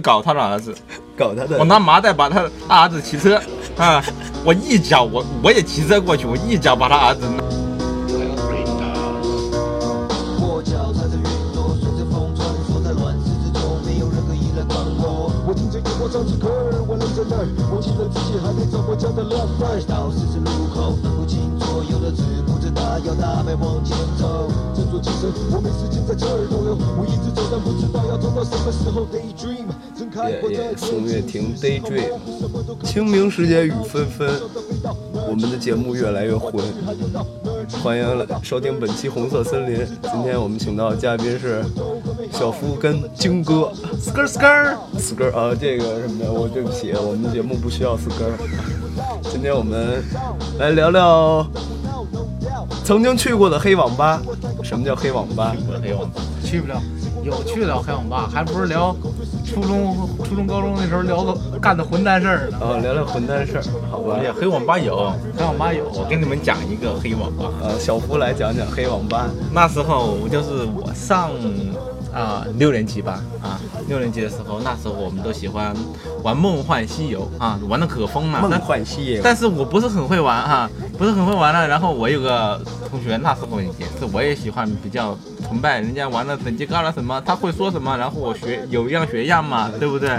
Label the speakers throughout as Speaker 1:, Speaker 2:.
Speaker 1: 搞他的儿子，
Speaker 2: 搞他的。
Speaker 1: 我拿麻袋把他儿子骑车，啊，我一脚我我也骑车过去，我一脚把他儿子。
Speaker 3: 我脚踩着云朵，随着风穿梭在乱世之中，没有任何依赖管我。我听着阳光唱起歌儿，我愣在那儿，忘记了自己还在找我家的浪漫。到十字路口，分不清左右的，只顾着大摇大摆往前走。振作精神，我没时间在这儿逗留，我一直走，但不知道要走到什么时候。Daydream，睁开我
Speaker 2: 夜
Speaker 3: 的
Speaker 2: 夜
Speaker 3: 眼
Speaker 2: 送
Speaker 3: 睛，
Speaker 2: 月亭 Daydream
Speaker 3: 什么都看不
Speaker 2: 清明时节雨纷纷，我们的节目越来越混。欢迎来收听本期《红色森林》。今天我们请到的嘉宾是小夫跟京哥。斯根斯根斯根啊，这个什么的，我对不起，我们节目不需要斯根。今天我们来聊聊曾经去过的黑网吧。什么叫黑网吧？
Speaker 1: 哎
Speaker 4: 去不了，有去了黑网吧，还不是聊初中、初中、高中那时候聊的干的混蛋事儿呢。
Speaker 2: 啊，聊聊混蛋事儿，好吧
Speaker 1: 哎？呀，黑网吧有，
Speaker 4: 黑网吧有，
Speaker 1: 我跟你们讲一个黑网吧。
Speaker 2: 呃，小夫来讲讲黑网吧。
Speaker 1: 那时候就是我上啊、六年级吧，啊六年级的时候，那时候我们都喜欢玩《梦幻西游》啊，玩的可疯了。
Speaker 2: 梦
Speaker 1: 但
Speaker 2: 幻西游。
Speaker 1: 但是我不是很会玩啊，不是很会玩了。然后我有个同学，那时候也是我也喜欢比较崇拜人家玩的等级高了什么，他会说什么，然后我学有样学样嘛，对不对？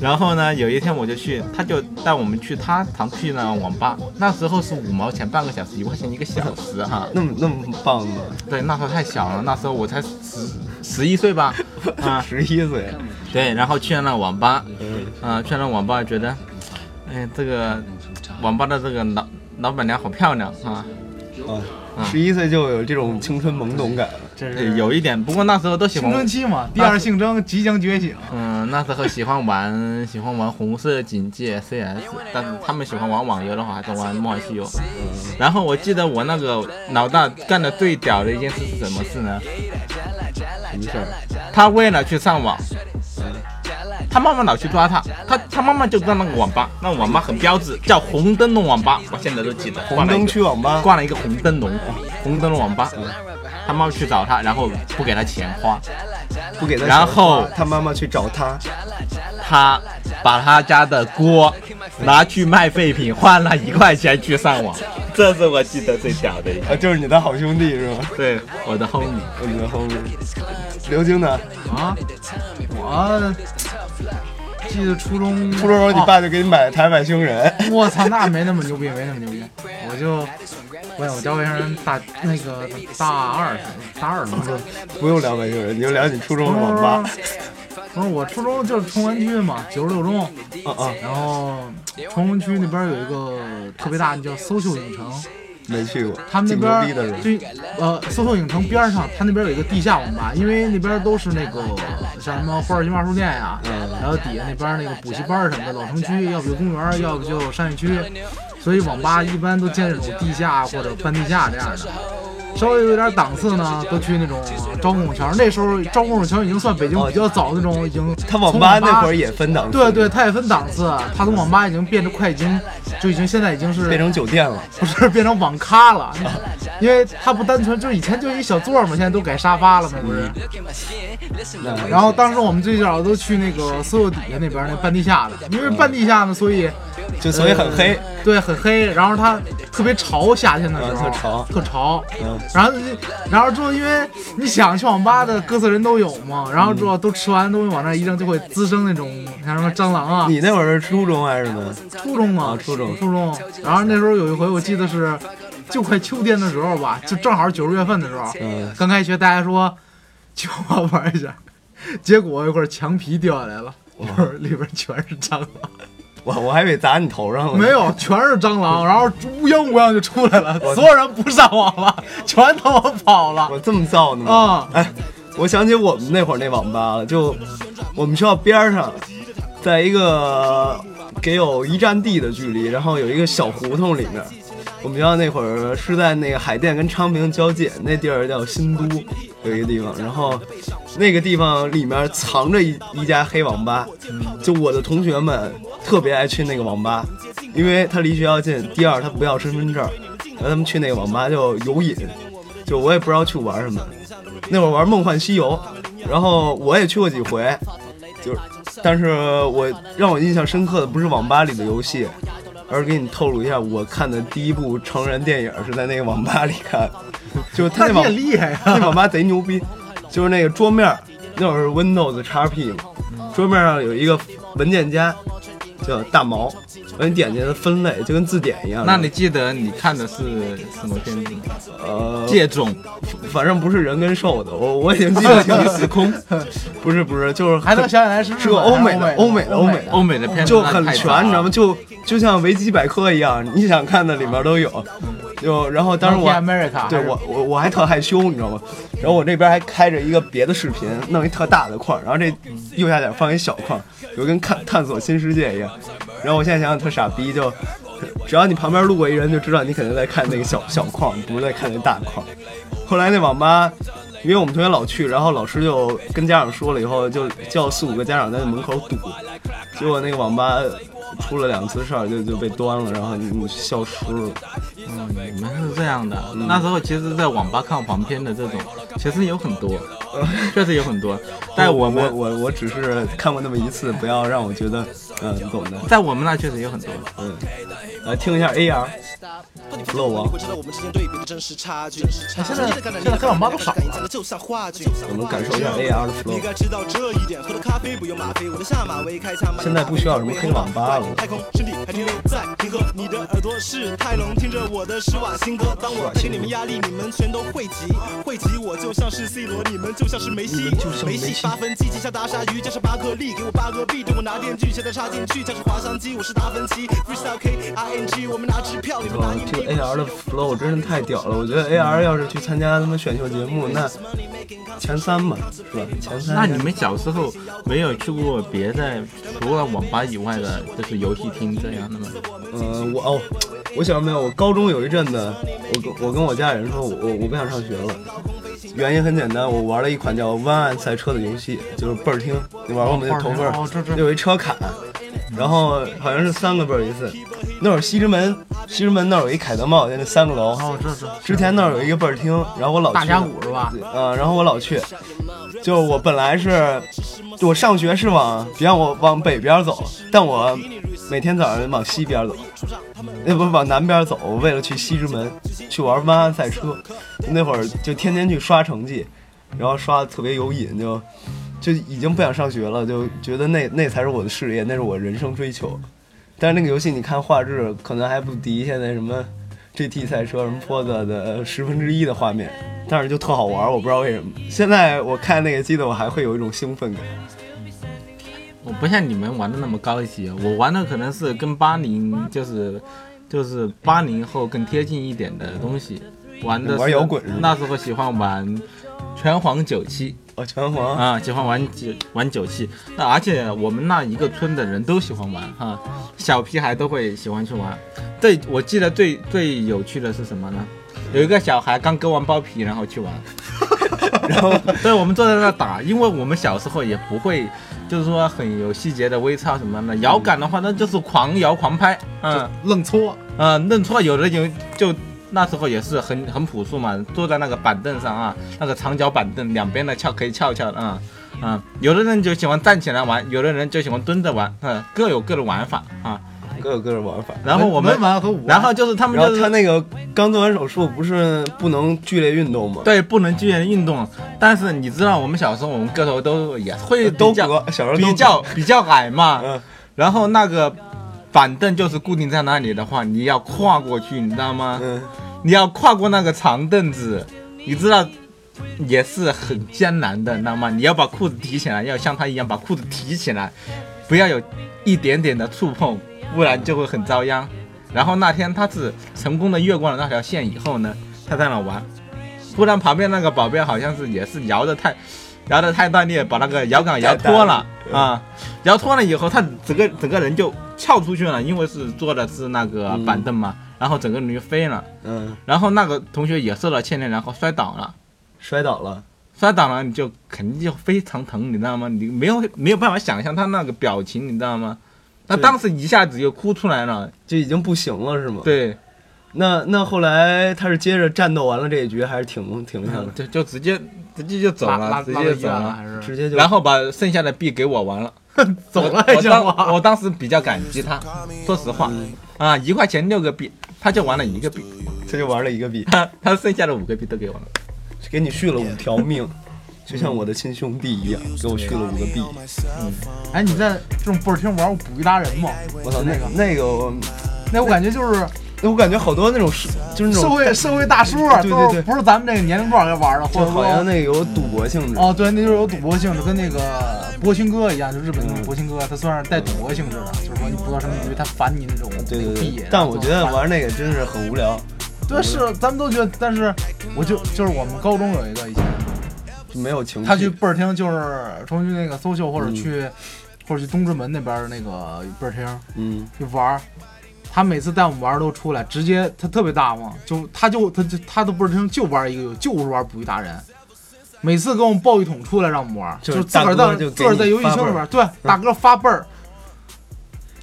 Speaker 1: 然后呢，有一天我就去，他就带我们去他常去那网吧，那时候是五毛钱半个小时，一块钱一个小时哈、
Speaker 2: 那么那么棒吗？，
Speaker 1: 对，那时候太小了，那时候我才十十一岁吧，啊
Speaker 2: 十一岁，
Speaker 1: 对，然后去了那网吧，
Speaker 4: 嗯
Speaker 1: 啊，去了那网吧觉得，哎，这个网吧的这个老老板娘好漂亮啊，
Speaker 2: 啊，十一岁就有这种青春懵懂感了。
Speaker 4: 这
Speaker 1: 呃
Speaker 4: 是
Speaker 1: 有一点，不过那时候都喜
Speaker 4: 青春
Speaker 1: 欢，
Speaker 4: 期
Speaker 2: 啊
Speaker 4: 嘛，第二性征即将觉醒。
Speaker 1: 嗯，那时候喜欢玩 喜欢玩红色警戒 CS，但是他们喜欢玩网游的话，还是玩梦幻西游。嗯然后我记得我那个老大干的最屌的一件事是什么事呢？
Speaker 2: 什么事儿？
Speaker 1: 他为了去上网，他妈妈老去抓他，他他妈妈就在那个网吧，那个网吧很标志，叫红灯笼网吧，我现在都记得。
Speaker 2: 红灯区网吧，
Speaker 1: 挂了一个红灯笼，红灯笼网吧，他妈妈去找他，然后不给他钱花，
Speaker 2: 不给他钱
Speaker 1: 然后
Speaker 2: 他妈妈去找他，
Speaker 1: 他把他家的锅拿去卖废品，换了一块钱去上网，这是我记得最屌的一个。
Speaker 2: 啊，就是你的好兄弟是吧？
Speaker 1: 对，我的 homie
Speaker 2: 你的 homie。刘晶呢？
Speaker 4: 啊，我记得初中，
Speaker 2: 初中时候你爸就给你买台买星人，
Speaker 4: 哦我操，那没那么牛逼，没那么牛逼。我就，喂，我教卫生人大那个大二，大 二什么时候？
Speaker 2: 不用聊买星人，你就聊你初中的网吧。
Speaker 4: 不是我初中就是崇文区嘛，九十六中，
Speaker 2: 啊啊，
Speaker 4: 然后崇文区那边有一个特别大的叫搜秀影城，
Speaker 2: 没去过。
Speaker 4: 他们那
Speaker 2: 挺
Speaker 4: 边
Speaker 2: 牛
Speaker 4: 儿
Speaker 2: 逼的人，
Speaker 4: 就呃搜秀影城边上，他那边有一个地下网吧，因为那边都是那个像什么花儿新华书店呀、
Speaker 2: 嗯
Speaker 4: 然后底下那边那个补习班什么的，老城区要不就公园，要不就商业区，所以网吧一般都建这种地下或者半地下这样的。稍微有点档次呢，都去那种招拱桥。那时候招拱桥已经算北京比较早那种，已经
Speaker 2: 他网吧那会儿也分档次，
Speaker 4: 对对，它也分档次，它从网吧已经变成快已经就已经现在已经是
Speaker 2: 变成酒店了。
Speaker 4: 不是变成网咖了，因为它不单纯就是以前就一小座儿嘛，现在都改沙发了嘛，不是？
Speaker 2: 嗯那
Speaker 4: 然后当时我们最早都去那个所有底下那边儿那半地下的，因为半地下呢，所以
Speaker 2: 就所以很黑，
Speaker 4: 呃对，很黑。然后它特别潮，夏天的时候、
Speaker 2: 嗯特潮
Speaker 4: 特潮。
Speaker 2: 嗯
Speaker 4: 然后然后之后，因为你想去网吧的各色人都有嘛，然后之后都吃完东西往那儿一扔，就会滋生那种像什么蟑螂啊。
Speaker 2: 你那会儿是初中还是什么？
Speaker 4: 初中啊，
Speaker 2: 啊初中
Speaker 4: 初中。然后那时候有一回，我记得是就快秋天的时候吧，就正好九十月份的时候，
Speaker 2: 嗯
Speaker 4: 刚开学，大家说去网吧玩一下，结果一会儿墙皮掉下来了，一会儿里边全是蟑螂，
Speaker 2: 我我还以为砸你头上了。
Speaker 4: 没有，全是蟑螂，然后乌泱乌泱就出来了，所有人不上网了，全他妈跑了。
Speaker 2: 我这么造呢吗？
Speaker 4: 啊
Speaker 2: 哎，我想起我们那会儿那网吧了，就我们学校边儿上，在一个给有一站地的距离，然后有一个小胡同里面。我们学校那会儿是在那个海淀跟昌平交界，那地儿叫新都，有一个地方，然后那个地方里面藏着一一家黑网吧，就我的同学们特别爱去那个网吧，因为他离学校近，第二他不要身份证，然后他们去那个网吧就游瘾，就我也不知道去玩什么。那会儿玩《梦幻西游》，然后我也去过几回，就是但是我让我印象深刻的不是网吧里的游戏，而是给你透露一下，我看的第一部成人电影是在那个网吧里看 的，就是他那
Speaker 4: 那你
Speaker 2: 网
Speaker 4: 也厉害呀、
Speaker 2: 那网吧贼牛逼，就是那个桌面儿那会儿是 Windows XP 嘛，桌面上有一个文件夹叫大毛，完你点进去它分类就跟字典一样。
Speaker 1: 那你记得你看的是什么片子吗？
Speaker 2: 呃，
Speaker 1: 借种
Speaker 2: 反正不是人跟兽的，我我已经记不清了时空，不是不是，就是
Speaker 4: 还能
Speaker 2: 很
Speaker 4: 想起来是
Speaker 2: 是
Speaker 4: 日
Speaker 2: 个
Speaker 4: 本
Speaker 2: 欧美
Speaker 4: 还
Speaker 2: 的
Speaker 4: 是
Speaker 2: 欧
Speaker 4: 欧
Speaker 2: 美的
Speaker 4: 欧
Speaker 2: 欧
Speaker 4: 美
Speaker 2: 美的
Speaker 1: 欧美的片子
Speaker 2: 就很
Speaker 1: 那太杂
Speaker 2: 全，你知道吗？
Speaker 1: 了？
Speaker 2: 就就像维基百科一样，你想看的里面都有。就然后当时我
Speaker 4: Nokia America
Speaker 2: 对
Speaker 4: 还是
Speaker 2: 我我我还特害羞，你知道吗？然后我这边还开着一个别的视频，弄一特大的框，然后这右下角放一小框，就跟看探索新世界一样。然后我现在想想特傻逼，就只要你旁边路过一人，就知道你肯定在看那个小小框，不是在看那大框。后来那网吧，因为我们同学老去，然后老师就跟家长说了以后，就叫四五个家长在门口堵，结果那个网吧出了两次事儿，就就被端了，然后你你消失了。
Speaker 1: 你们嗯是这样的，那时候其实，在网吧看黄片的这种，其实有很 多，确实有很多。在我
Speaker 2: 我
Speaker 1: 们，
Speaker 2: 我我只是看过那么一次，不要让我觉得，嗯，懂的，
Speaker 1: 在我们那确实有很多。
Speaker 2: 嗯，来听一下 AR，漏网啊
Speaker 4: 哎现在现在开网吧都少了，
Speaker 2: 我们感受一下 AR 的 flow。现在不需要什么黑网吧了，
Speaker 5: 太空身体还停留在银河，你的耳朵是泰隆，听着我的施瓦辛格。当我带给你们压力，你们全都汇集，汇集我就像是 C 罗，你们嗯就像是梅西，梅西八分技，加上达鲨鱼，加上巴克利，给我八个币，对我拿电锯，现在插进去，像是滑翔机，我是达芬奇，Freestyle K I N G，我们拿支票，你们拿
Speaker 2: 哇，
Speaker 5: 硬
Speaker 2: 哦这
Speaker 5: 币
Speaker 2: 个。AR 的 flow 真是太屌了！我觉得 AR 要是去参加他们选秀节目，那前三吧，是吧？前三。
Speaker 1: 那你们小时候没有去过别的除了网吧以外的，就是游戏厅这样的吗？
Speaker 2: 呃，我哦，我想没有，我高中有一阵子，我跟我跟我家里人说我，我我不想上学了，原因很简单，我玩了一款叫《湾岸赛车》的游戏，就是倍儿听，你玩过吗？
Speaker 4: 哦
Speaker 2: 就投分儿
Speaker 4: 哦知知，
Speaker 2: 有一车卡，然后好像是三个倍儿一次。那会儿西直门，西直门那儿有一凯德茂，就那三个楼。
Speaker 4: 哦，这这
Speaker 2: 之前那儿有一个倍儿厅，然后我老去
Speaker 4: 大峡谷是吧？
Speaker 2: 对嗯，然后我老去，就我本来是，就我上学是往，别让我往北边走，但我每天早上往西边走，那不是往南边走，我为了去西直门去玩湾岸赛车，那会儿就天天去刷成绩，然后刷的特别有瘾，就就已经不想上学了，就觉得那那才是我的事业，那是我人生追求。但是那个游戏你看画质可能还不敌现在什么 GT 赛车什么 Forza 的十分之一的画面，但是就特好玩，我不知道为什么。现在我看那个机子，我还会有一种兴奋感。
Speaker 1: 我不像你们玩的那么高级，我玩的可能是跟八零就是就是八零后更贴近一点的东西，玩的是
Speaker 2: 玩摇滚是吗
Speaker 1: 那时候喜欢玩拳皇九七
Speaker 2: 哦，拳皇，
Speaker 1: 啊，喜欢玩九玩九七，那而且我们那一个村的人都喜欢玩哈、小屁孩都会喜欢去玩。最我记得最最有趣的是什么呢？有一个小孩刚割完包皮，然后去 玩，
Speaker 2: 然后
Speaker 1: 对，我们坐在那打，因为我们小时候也不会，就是说很有细节的微操什么的。摇杆的话，那就是狂摇狂拍，嗯
Speaker 4: 愣搓，
Speaker 1: 嗯，弄错有的有就那时候也是很很朴素嘛，坐在那个板凳上啊，那个长脚板凳两边的翘可以翘翘的啊。嗯，有的人就喜欢站起来玩，有的人就喜欢蹲着玩，嗯，各有各的玩法啊。
Speaker 2: 各有各的玩法。
Speaker 1: 然后我们
Speaker 4: 文，玩和武，
Speaker 1: 然后就是他们
Speaker 2: 然
Speaker 1: 就
Speaker 2: 后
Speaker 1: 是
Speaker 2: 他那个刚做完手术，不是不能剧烈运动吗？
Speaker 1: 对不能剧烈运动，但是你知道我们小时候我们个头都也会比
Speaker 2: 都
Speaker 1: 较
Speaker 2: 割，小时候都
Speaker 1: 比
Speaker 2: 割
Speaker 1: 较比较矮嘛，
Speaker 2: 嗯
Speaker 1: 然后那个板凳就是固定在那里的话，你要跨过去，你知道吗？
Speaker 2: 嗯，
Speaker 1: 你要跨过那个长凳子，你知道也是很艰难的，你知道吗？你要把裤子提起来，要像他一样把裤子提起来，不要有一点点的触碰，不然就会很遭殃。然后那天他是成功的越过了那条线以后呢，他在那玩，突然旁边那个保镖好像是也是摇的太，摇的太大力，把那个摇杆摇脱了
Speaker 2: 太大力嗯
Speaker 1: 啊，摇脱了以后，他整个整个人就翘出去了，因为是坐的是那个板凳嘛，然后整个人就飞了。
Speaker 2: 嗯，
Speaker 1: 然后那个同学也受了牵连，然后摔倒了，
Speaker 2: 摔倒了。
Speaker 1: 摔倒了你就肯定就非常疼，你知道吗？你没有没有办法想象他那个表情，你知道吗？他
Speaker 2: 对
Speaker 1: 当时一下子就哭出来了，
Speaker 2: 就已经不行了是吗？。
Speaker 1: 对，
Speaker 2: 那那后来他是接着战斗完了这一局，还是停停下
Speaker 1: 嗯
Speaker 2: 来，
Speaker 1: 就就直接直接就走
Speaker 4: 拉
Speaker 1: 了，
Speaker 4: 拉
Speaker 1: 直
Speaker 4: 拉
Speaker 1: 接
Speaker 4: 到
Speaker 1: 走
Speaker 4: 医院了
Speaker 1: 了，
Speaker 4: 还是
Speaker 2: 直接就
Speaker 1: 然后把剩下的币给我玩了，
Speaker 4: 走了嗯还
Speaker 1: 我
Speaker 4: 行
Speaker 1: 当
Speaker 4: 吗？
Speaker 1: 我当时比较感激他，说实话，啊，一块钱六个币，他就玩了一个币，
Speaker 2: 他就玩了一个币，
Speaker 1: 他他剩下的五个币都给我了。
Speaker 2: 给你续了五条命，就像我的亲兄弟一样，给我续了五个币。
Speaker 4: 哎，你在这种倍儿厅玩，我补一拉人吗？
Speaker 2: 我操，那个那个我，
Speaker 4: 那我感觉就是
Speaker 2: 那我感觉好多那种是就是那
Speaker 4: 社
Speaker 2: 种，
Speaker 4: 会社会大叔，啊
Speaker 2: 对对
Speaker 4: 都
Speaker 2: 对
Speaker 4: 是不是咱们这个年龄段该玩的，或
Speaker 2: 就
Speaker 4: 者
Speaker 2: 好像
Speaker 4: 说。
Speaker 2: 那个有赌博性质。
Speaker 4: 哦，对，那就是有赌博性质，跟那个博兴哥一样，就日本那种博兴哥，他算是带赌博性质的，就是说你不知道什么局，他烦你那种
Speaker 2: 对
Speaker 4: 那
Speaker 2: 对
Speaker 4: 个币
Speaker 2: 对，但我觉得玩那个真是很无聊，
Speaker 4: 对是，咱们都觉得，但是我就就是我们高中有一个以前，
Speaker 2: 就没有情绪。
Speaker 4: 他去倍儿厅，就是重新去那个搜秀，或者去、或者去东直门那边儿那个倍儿厅
Speaker 2: 嗯，
Speaker 4: 去玩儿。他每次带我们玩儿都出来，直接他特别大方，就他就他就他的倍儿厅就玩一个游，就是玩捕鱼达人。每次给我们抱一桶出来让我们玩儿，
Speaker 2: 就是
Speaker 4: 是自个儿
Speaker 2: 大哥
Speaker 4: 在
Speaker 2: 就
Speaker 4: 自
Speaker 2: 给
Speaker 4: 个儿
Speaker 2: 你
Speaker 4: 在游戏
Speaker 2: 发
Speaker 4: 厅里
Speaker 2: 倍儿
Speaker 4: 边儿，对大哥发倍儿，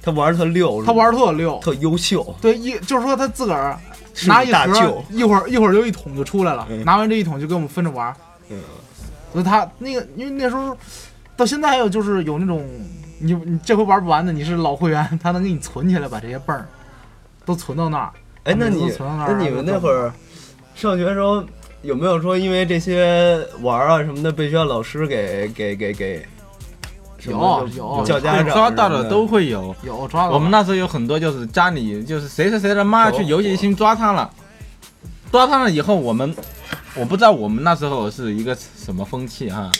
Speaker 2: 他玩的特溜，
Speaker 4: 他玩儿特溜，
Speaker 2: 特优秀，
Speaker 4: 对一就是说他自个儿啊
Speaker 2: 是
Speaker 4: 拿
Speaker 2: 你
Speaker 4: 一
Speaker 2: 嗯大
Speaker 4: 盒
Speaker 2: 舅，
Speaker 4: 一会儿一会儿就一桶就出来了，
Speaker 2: 嗯
Speaker 4: 拿完这一桶就给我们分着玩儿。
Speaker 2: 嗯，
Speaker 4: 所以他那个，因为那时候到现在还有就是有那种你你这回玩不完的，你是老会员，他能给你存起来，把这些泵儿都存到那儿。
Speaker 2: 哎，那
Speaker 4: 每
Speaker 2: 你
Speaker 4: 次存到那
Speaker 2: 那
Speaker 4: 儿
Speaker 2: 你们那会儿上学的时候有没有说因为这些玩儿啊什么的被学校老师给给给给什么就
Speaker 4: 有有
Speaker 2: 叫家长
Speaker 1: 抓
Speaker 2: 什
Speaker 1: 到
Speaker 2: 么
Speaker 1: 了
Speaker 2: 的
Speaker 1: 都会有。
Speaker 4: 有
Speaker 2: 哦
Speaker 4: 抓到了
Speaker 1: 我们那时候有很多就是家里就是谁谁谁的妈去游戏厅抓他了，抓他了以后我们我不知道我们那时候是一个什么风气啊，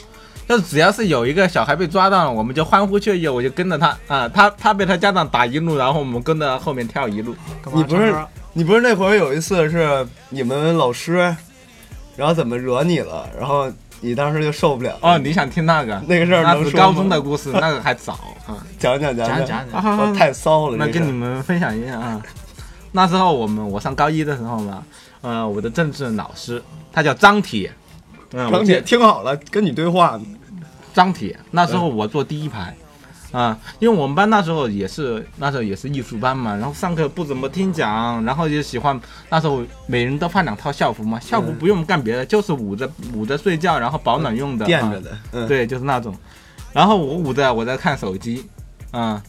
Speaker 1: 就是只要是有一个小孩被抓到了，我们就欢呼雀跃，我就跟着他啊、他他被他家长打一路，然后我们跟着后面跳一路。
Speaker 4: 干嘛
Speaker 2: 你不是
Speaker 4: 唱歌
Speaker 2: 你不是那会儿有一次是你们老师，然后怎么惹你了，然后你当时就受不了
Speaker 1: 哦，你想听那个？
Speaker 2: 嗯那个事儿
Speaker 1: 那
Speaker 2: 能
Speaker 1: 是
Speaker 2: 说吗
Speaker 1: 高中的故 事，那个还早啊。
Speaker 2: 讲讲讲
Speaker 4: 讲
Speaker 2: 讲
Speaker 4: 讲，讲，
Speaker 2: 我太骚了，
Speaker 1: 那
Speaker 2: 这事
Speaker 1: 跟
Speaker 2: 儿
Speaker 1: 你们分享一下啊，那时候我们我上高一的时候嘛，呃，我的政治老师他叫张铁，嗯，我
Speaker 2: 张
Speaker 1: 记
Speaker 2: 姐啊听好了，跟你对话呢，
Speaker 1: 张铁，那时候我坐第一排，啊，因为我们班那时候也是那时候也是艺术班嘛，然后上课不怎么听讲，然后也喜欢那时候每人都换两套校服嘛，
Speaker 2: 嗯
Speaker 1: 校服不用干别的，就是捂着捂着睡觉，然后保暖用的，
Speaker 2: 垫着
Speaker 1: 啊
Speaker 2: 的，嗯，
Speaker 1: 对，就是那种。然后我捂着我在看手机，啊、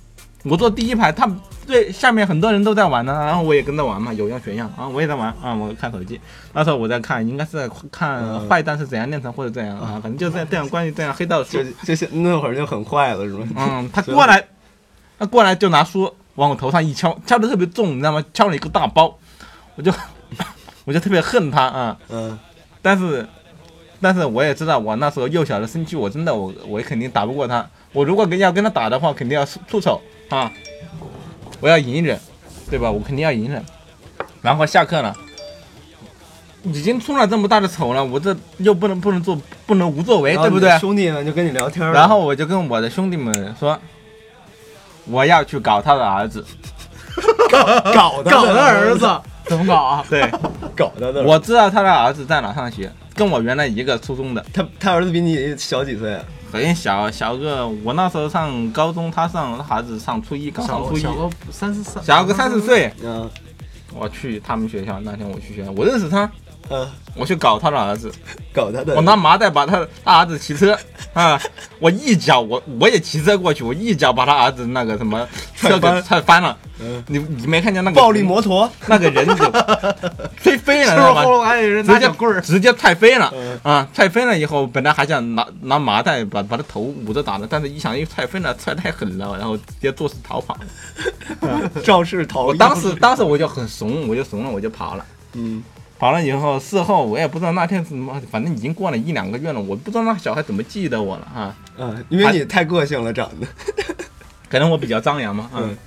Speaker 1: 我坐第一排，他们对下面很多人都在玩呢，然后我也跟着玩嘛，有样学样啊，我也在玩啊，我看手机。那时候我在看，应该是在看
Speaker 2: 嗯
Speaker 1: 《坏蛋是怎样炼成》或者这样啊，反正就这样这样关于这样黑道的书
Speaker 2: 就。就现那会儿就很坏了，是 吧？
Speaker 1: 嗯，他过来，他过来就拿书往我头上一敲，敲的特别重，你知道吗？敲了一个大包，我就 我就特别恨他啊。
Speaker 2: 嗯，
Speaker 1: 但是，但是我也知道，我那时候幼小的身躯，我真的我我肯定打不过他。我如果跟要跟他打的话，肯定要出出手啊！我要隐忍，对吧？我肯定要隐忍。然后下课了，已经出了这么大的丑了，我这又不能不能做不能无作为，
Speaker 2: 然后
Speaker 1: 哎对不
Speaker 2: 你的
Speaker 1: 对？
Speaker 2: 兄弟们就跟你聊天儿，
Speaker 1: 然后我就跟我的兄弟们说，我要去搞他的儿子。
Speaker 2: 搞他
Speaker 4: 搞他儿子，怎么搞啊？
Speaker 1: 对，
Speaker 2: 搞他的，
Speaker 1: 我知道他的儿子在哪上学，跟我原来一个初中的。
Speaker 2: 他他儿子比你小几岁啊？
Speaker 1: 很小，小个我那时候上高中，他上他孩子上初一，刚上
Speaker 4: 小
Speaker 1: 初一，
Speaker 4: 小个三四三，
Speaker 1: 小个三四。岁。
Speaker 2: 嗯
Speaker 1: 我去他们学校那天我去学校，我认识他，
Speaker 2: 嗯，
Speaker 1: 我去搞他的儿子，
Speaker 2: 搞他的，
Speaker 1: 我拿麻袋把他他儿子骑车啊，我一脚我我也骑车过去，我一脚把他儿子那个什么车
Speaker 2: 踹翻
Speaker 1: 给踹翻了，
Speaker 2: 嗯
Speaker 1: 你你没看见那个
Speaker 2: 暴力
Speaker 1: 人
Speaker 2: 摩托，
Speaker 1: 那个人给吹飞了，知
Speaker 4: 是不是
Speaker 1: 道吗？
Speaker 4: 后来有人拿
Speaker 1: 直接
Speaker 4: 小棍儿？
Speaker 1: 直接踹飞了
Speaker 2: 嗯
Speaker 1: 啊！踹飞了以后，本来还想拿拿麻袋把把他头捂着打的，但是一想又踹飞了，踹太狠了，然后直接作死逃跑。
Speaker 2: 肇事逃
Speaker 1: 我
Speaker 2: 逸，
Speaker 1: 当时当时我就很怂，我就怂了，我就跑了。
Speaker 2: 嗯，
Speaker 1: 跑了以后，事后我也不知道那天怎么，反正已经过了一两个月了，我不知道那小孩怎么记得我了啊。
Speaker 2: 嗯，因为你太个性了，长得，
Speaker 1: 可能我比较张扬嘛，嗯
Speaker 2: 嗯。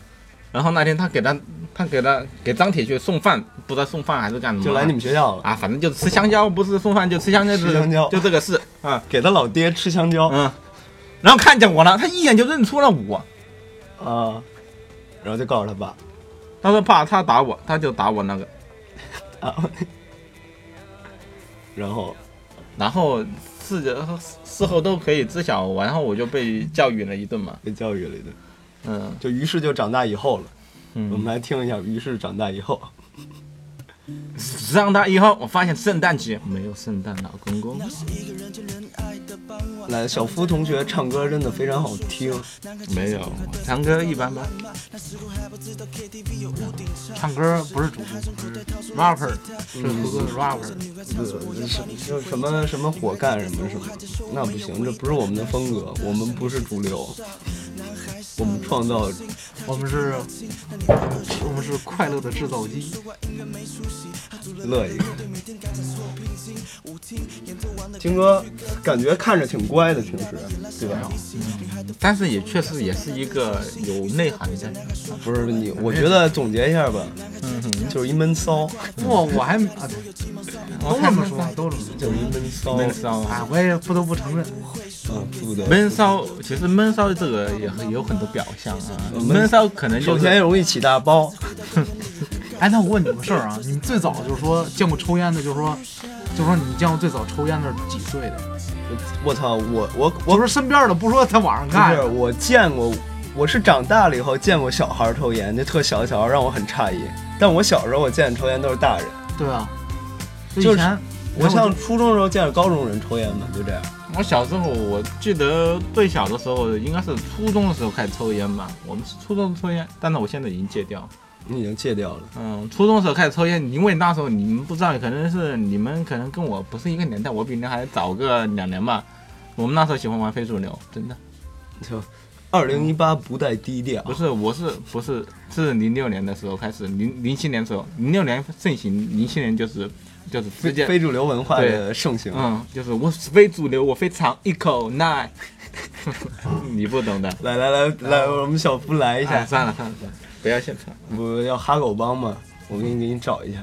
Speaker 1: 然后那天他给他他给他给张铁去送饭，不知道送饭还是干什么啊，
Speaker 2: 就来你们学校了，
Speaker 1: 啊，反正就是吃香蕉，不是送饭就吃香蕉，
Speaker 2: 吃香蕉
Speaker 1: 就这个事啊。
Speaker 2: 给他老爹吃香蕉
Speaker 1: 嗯，然后看见我了，他一眼就认出了我。
Speaker 2: 啊，然后就告诉他爸
Speaker 1: 他说怕他打我，他就打我那个。
Speaker 2: 啊， 然后
Speaker 1: 然后事事后都可以知晓，然后我就被教育了一顿嘛。
Speaker 2: 被教育了一顿，
Speaker 1: 嗯
Speaker 2: 就于是就长大以后了。我
Speaker 1: 嗯，
Speaker 2: 们来听一下，于是长大以后，
Speaker 1: 上他以后，我发现圣诞节没有圣诞老公公。
Speaker 5: 那是一个人间恋爱的傍晚，
Speaker 2: 来，小夫同学唱歌真的非常好听，
Speaker 1: 没有，唱歌一般般。
Speaker 4: 唱歌不是主力是，rapper 是哥哥 rapper，
Speaker 2: 呃什就什么什么火干什么什么，那不行，这不是我们的风格，我们不是主流，我们创造
Speaker 4: 我们是，我们是快乐的制造机。
Speaker 2: 乐一个。听歌感觉看着挺乖的，平时对吧？
Speaker 1: 但是也确实也是一个有内涵的，
Speaker 2: 不是你，我觉得总结一下吧，
Speaker 1: 嗯哼，
Speaker 2: 就是一闷骚，
Speaker 4: 我我还啊，对都这么说，都这么说。
Speaker 2: 就是一闷骚，
Speaker 1: 闷骚啊，
Speaker 4: 哎，我也不得不承认，
Speaker 2: 嗯，不得。
Speaker 1: 闷骚，其实闷骚这个也很有很多表象啊。
Speaker 2: 嗯
Speaker 1: 闷骚可能就
Speaker 2: 首
Speaker 1: 是
Speaker 2: 先容易起大包，
Speaker 4: 哎，那我问你们个事儿啊，你们最早就是说见过抽烟的，就是说，就说你们见过最早抽烟的是几岁的？
Speaker 2: 我操，我我
Speaker 4: 我
Speaker 2: 我
Speaker 4: 说身边的，不说在网上
Speaker 2: 不
Speaker 4: 看
Speaker 2: 是，。我见过，我是长大了以后见过小孩抽烟，那特小的小孩让我很诧异。但我小时候我见抽烟都是大人，
Speaker 4: 对啊，
Speaker 2: 就
Speaker 4: 以
Speaker 2: 是
Speaker 4: 前
Speaker 2: 我上初中的时候见着高中人抽烟嘛，就这样。
Speaker 1: 我小时候，我记得最小的时候应该是初中的时候开始抽烟吧。我们是初中抽烟，但是我现在已经戒掉了。
Speaker 2: 你已经戒掉了，
Speaker 1: 嗯，初中的时候开始抽烟，因为那时候你们不知道，可能是你们可能跟我不是一个年代，我比你们还早个两年吧。我们那时候喜欢玩非主流，真的
Speaker 2: 就二零一八不带低调，
Speaker 1: 不是，我是不是是零六年的时候开始，零零七年的时候，零六年盛行，零七年就是就是直
Speaker 2: 非
Speaker 1: 接
Speaker 2: 非主流文化的
Speaker 1: 对
Speaker 2: 盛行。
Speaker 1: 嗯，就是我是非主流，我非常一口奶， 你不懂的。
Speaker 2: 来来来来，我们小夫来一
Speaker 1: 哎，
Speaker 2: 下，
Speaker 1: 算了算了算了，不要现场。
Speaker 2: 不要哈狗帮吗？我给你给你找一下。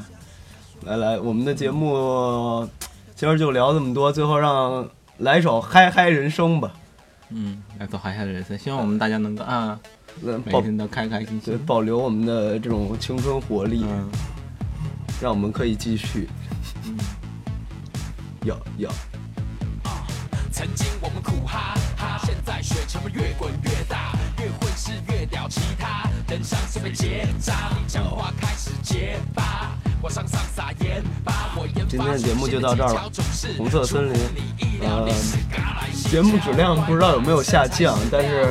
Speaker 2: 来来，我们的节目今儿就聊这么多，最后让来首嗨嗨人生吧，
Speaker 1: 嗯，来走嗨嗨的人生，希望我们大家能够啊，
Speaker 2: 来
Speaker 1: 每
Speaker 2: 保
Speaker 1: 天都开开心
Speaker 2: 对
Speaker 1: 心。
Speaker 2: 保留我们的这种青春活力，
Speaker 1: 嗯，
Speaker 2: 让我们可以继续。要要，
Speaker 6: 曾经我们苦哈哈，现在血成本越滚越大，越混是越屌，其他人上是被结账，讲话开始结巴，往上上撒盐巴，我研发
Speaker 2: 今天的节目就到这儿了红色森林，呃，节
Speaker 6: 节
Speaker 2: 目质量不知道有没有下降，但是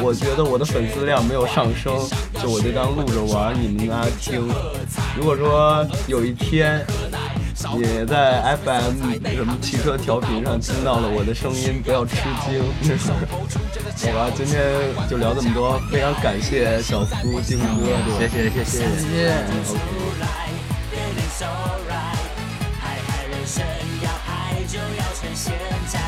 Speaker 2: 我觉得我的粉丝量没有上升，就我就当录着玩，你们拿来听。如果说有一天也在 FM 什么汽车调频上听到了我的声音，不要吃惊。好吧，今天就聊这么多，非常感谢小夫金哥，对吧
Speaker 1: 谢谢谢谢。
Speaker 7: 人生要嗨就要趁现在，